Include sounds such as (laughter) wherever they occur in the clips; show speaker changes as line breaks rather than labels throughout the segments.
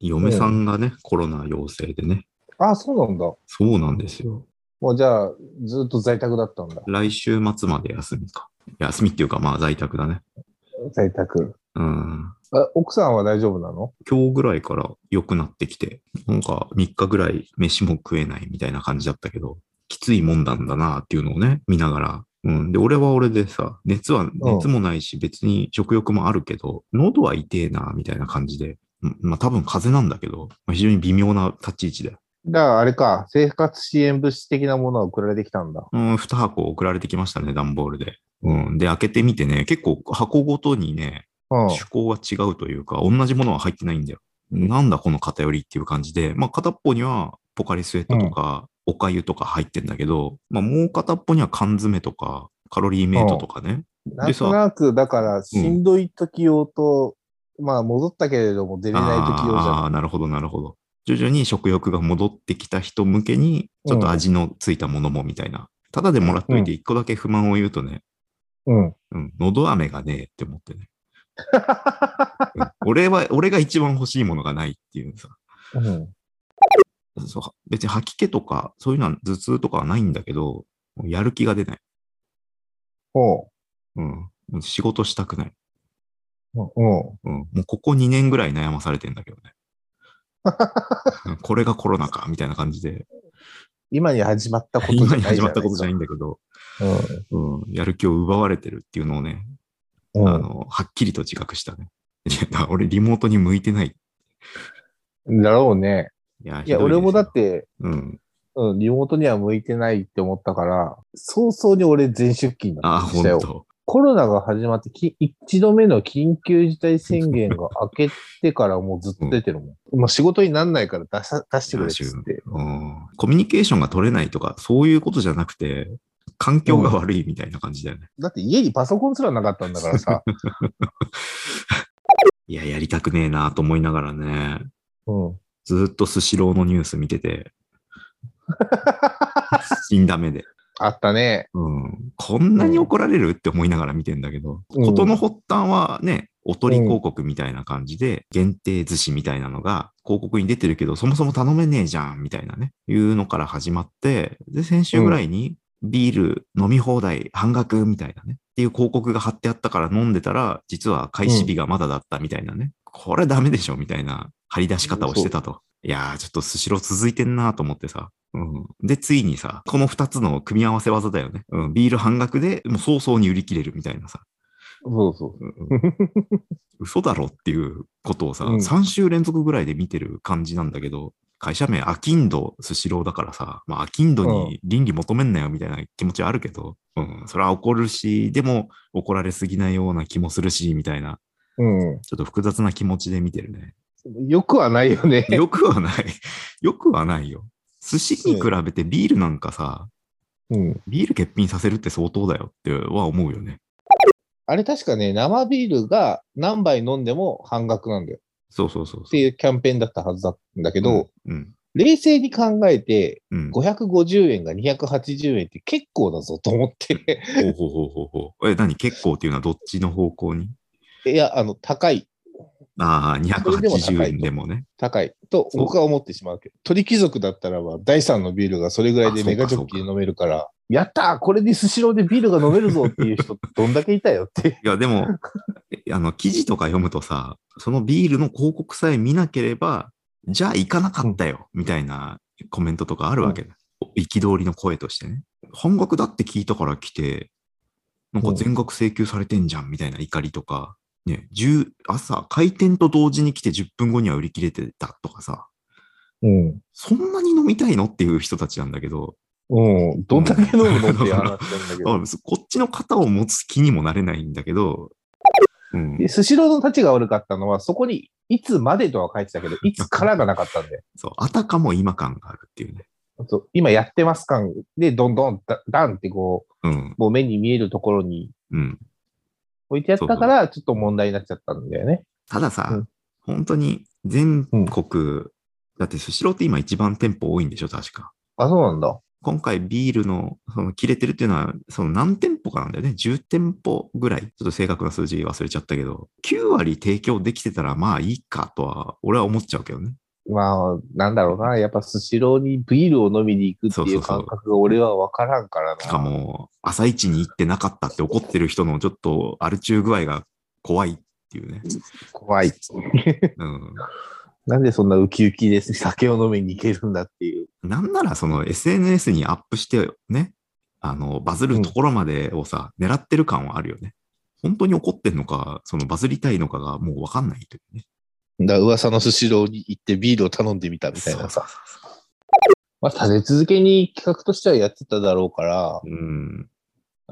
嫁さんがね、コロナ陽性でね。
あ、そうなんだ。
そうなんですよ。
もうじゃあ、ずっと在宅だったんだ。
来週末まで休みか。休みっていうか、まあ在宅だね。
在宅。
うん。
あ奥さんは大丈夫なの
今日ぐらいから良くなってきて、なんか3日ぐらい飯も食えないみたいな感じだったけど、きついもんなんだなっていうのをね、見ながら。うん。で、俺は俺でさ、熱は、熱もないし、別に食欲もあるけど、喉は痛えな、みたいな感じで。うんまあ多分風邪なんだけど、まあ、非常に微妙な立ち位置だよ。
だからあれか、生活支援物資的なものは送られてきたんだ。
うん、2箱送られてきましたね、段ボールで。うん。で、開けてみてね、結構箱ごとにね、
うん。
趣向が違うというか、同じものは入ってないんだよ。なんだこの偏りっていう感じで、まあ片っぽにはポカリスエットとか、おかゆとか入ってんだけど、まあもう片っぽには缶詰とか、カロリーメイトとかね。
なんとなく、だから、しんどい時用と、まあ、戻ったけれども出れない時用じ
あ
ゃん。
あ、なるほど、なるほど。徐々に食欲が戻ってきた人向けに、ちょっと味のついたものもみたいな。ただでもらっといて一個だけ不満を言うとね、
うん。
うん、喉飴がねえって思ってね。うん俺は、俺が一番欲しいものがないっていうさ。
うん。
そう別に吐き気とか、そういうのは頭痛とかはないんだけど、もうやる気が出ない。
ほ
うん。もう仕事したくない。
う。うん。
うん。もうここ2年ぐらい悩まされてんだけどね。 (laughs) うんこれがコロナか、みたいな感じで。
今に始まったことじゃ
今
ない
に
じゃない
始まったことじゃないんだけど、うん。やる気を奪われてるっていうのをね、
うん。
あの、はっきりと自覚したね。いや、俺リモートに向いてない。い
うん。だろうね。
や、。
いや、俺もだってて、
うん。
うん、リモートには向いてないって思ったから、早々に俺全出勤だ
ああ、
った
ほ
んだ
ん
よ。
と。
コロナが始まってき、一度目の緊急事態宣言が明けてからもうずっと出てるも (laughs) ん。もう仕事になんないから出さ出してくれっつって。
うんコミュニケーションが取れないとか、そういうことじゃなくて、環境が悪いみたいな感じだよね。
だって家にパソコンすらなかったんだからさ。
いや、やりたくねえなと思いながらね、
うん。
ずーっとスシローのニュース見てて、死んだ目で、
あったね。
うん。こんなに怒られるって思いながら見てんだけど、
うん
ことの発端はね、おとり広告みたいな感じで、限定寿司みたいなのが広告に出てるけど、そもそも頼めねえじゃんみたいなね、いうのから始まって、で、先週ぐらいに、ビール飲み放題半額みたいなね、っていう広告が貼ってあったから飲んでたら、実は開始日がまだだったみたいなね、これダメでしょみたいな張り出し方をしてたと。いやー、ちょっとスシロー続いてんなと思ってさ。うん、で、ついにさ、この2つの組み合わせ技だよね。うん、ビール半額でもう早々に売り切れるみたいなさ。
そうそう。
嘘だろっていうことをさ、
うん
3週連続ぐらいで見てる感じなんだけど、会社名、アキンドスシローだからさ、まあ、アキンドに倫理求めんなよみたいな気持ちはあるけど、うん、それは怒るし、でも怒られすぎないような気もするし、みたいな、
う
ちょっと複雑な気持ちで見てるね。
ん。よくはないよ (laughs) ね。
よくはない。よくはないよ。寿司に比べてビールなんかさ、
うん。
ビール欠品させるって相当だよっては思うよね。
あれ確かね、生ビールが何杯飲んでも半額なんだよ
そうそうそうそう。
っていうキャンペーンだったはずだんだけど、
うん、
冷静に考えて、
うん。ほ
550円が280円って結構だぞと思 (laughs) って、
うほうほうほうほう。え、何結構っていうのはどっちの方向に
いや、あの、高い、
ああ、
それでも高
280
い
円でもね。
高いと
そう
僕は思ってしまうけど、鳥貴族だったらば第3のビールがそれぐらいで
あそう
メ
か
ガジョッキで飲めるから、やったーこれでスシローでビールが飲めるぞっていう人どんだけいたよって。
いや、でも、えあの、記事とか読むとさ、そのビールの広告さえ見なければ、じゃあ行かなかったよ、みたいなコメントとかあるわけだ。憤りの声としてね。半額だって聞いたから来て、なんか全額請求されてんじゃん、みたいな怒りとか、ね、10朝、開店と同時に来て10分後には売り切れてたとかさ、
うん。
そんなに飲みたいのっていう人たちなんだけど、
(laughs) うん。どんだけ飲むのっていう話なんだけ
あ
ど。
こっちの肩を持つ気にもなれないんだけど、うん
で、スシローの立ちが悪かったのは、そこにいつまでとは書いてたけ (laughs) ど、いつからがなかったんで。
そう、あたかも今感があるっていうね。
そう今やってます感で、どんどんだ、ダンってこう、
うん、
もう目に見えるところに
うん。
置いてやったから、ちょっと問題になっちゃったんだよね。
たださ、
うん
本当に全国、だってスシローって今一番店舗多いんでしょ、確か。
あ、そうなんだ。
今回ビールの、その切れてるっていうのは、その何店舗かなんだよね。10店舗ぐらい。ちょっと正確な数字忘れちゃったけど、9割提供できてたらまあいいかとは、俺は思っちゃうけどね。
まあ、なんだろうな。やっぱスシローにビールを飲みに行くっていう
そうそうそ
感
う
覚が俺はわからんからな。
しかも、朝一に行ってなかったって怒ってる人のちょっとアル中具合が怖いっていうね。
怖い。
うん。
なんでそんなウキウキで酒を飲みに行けるんだっていう。
なんならその SNS にアップしてね、あの、バズるところまでをさ、狙ってる感はあるよね。本当に怒ってんのか、そのバズりたいのかがもうわかんないというね。
だから噂のスシローに行ってビールを頼んでみたみたいなさ。まあ、立て続けに企画としてはやってただろうから、
うん。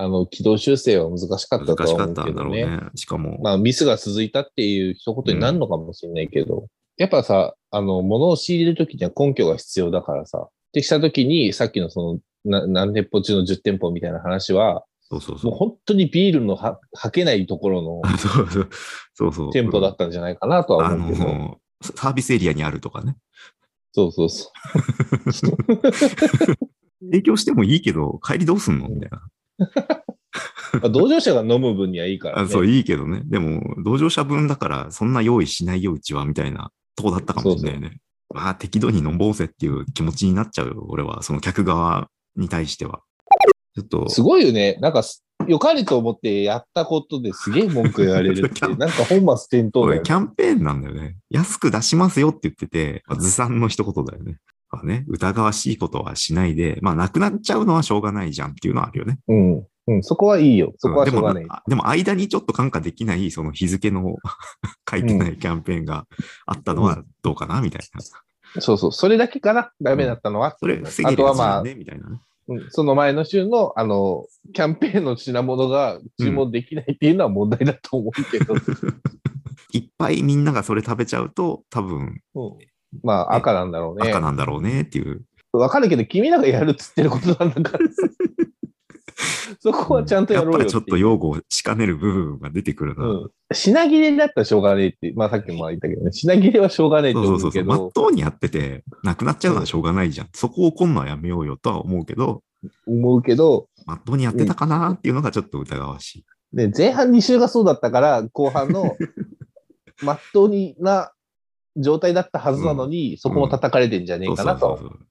あの、軌道修正は難しかったと
難
は
しか
思
っ
う
た
け
んだ
ど
ろう
ね。
ね。しかも、
まあ、ミスが続いたっていう一言になるのかもしれないけど、やっぱさ、あの、物を仕入れるときには根拠が必要だからさ、でしたときに、さっきのその、な何店舗中の10店舗みたいな話は、
そうそうそ
もう
う。
本当にビールのははけないところ
(laughs) あそうそうそうそう。
の店舗だったんじゃないかなとは
あ
思うけど、
の、サービスエリアにあるとかね。
そうそうそう。
提供してもいいけど、帰りどうすんのみたいな。
まあ、同乗者が飲む分にはいいから、
あ
ね。
そう、いいけどね。でも、同乗者分だから、そんな用意しないよ、うちは、みたいなとこだったかもしれないよね。まあ、適度に飲もうぜっていう気持ちになっちゃうよ、俺は。その客側に対しては。ちょっと、
すごいよね。なんかす、良かれと思ってやったことですげえ文句言われるっ
(laughs) キ
て、
ャン
なんか本末転倒
こ
だ
れ
よ
キ
ね。
ャンペーンなんだよね。安く出しますよって言ってて、まあずさんの一言だよね。まあね、疑わしいことはしないで、まあ、なくなっちゃうのはしょうがないじゃんっていうのはあるよね。
うん。うん、そこはいいよ。そこは
で
しょう
も
がない。
あでも間にちょっと感化できない、その日付の書いてないキャンペーンがあったのはどうかな、みたいな。
そうそう。それだけかなダメだったのは。
それ防げ
あ
る
と
や
は
つだ
ま
よ
あ、
ね、みたいなね。
うんその前の週の、あの、キャンペーンの品物が注文できないっていうのは問題だと思う
(laughs)
けど、
いっぱいみんながそれ食べちゃうと、多分
うんまあ、赤なんだろうね
赤。なんだろうねっていう。
わかるけど、君らがやるっつってることなん
(laughs)
だからさそこはちゃんとやろう
やっ
よ
ぱ
っ
り
て
ちょ
いう
っと用語をしかねる部分が出てくるな。
うん品切れだったらしょうがねえって、まあさっきも言ったけどね、品切れはしょうがねえって
そうそ
思
うそううそ
け
う。まっ
ど、
とうにやってて、なくなっちゃうのはしょうがないじゃん。そこを怒んのはやめようよとは思うけど、
思うけど、
まっとうにやってたかなっていうのがちょっと疑わしい。
で、前半2週がそうだったから、後半の、まっとうにな状態だったはずなのに、そこも叩かれてんじゃねえかなとは
そうそうそう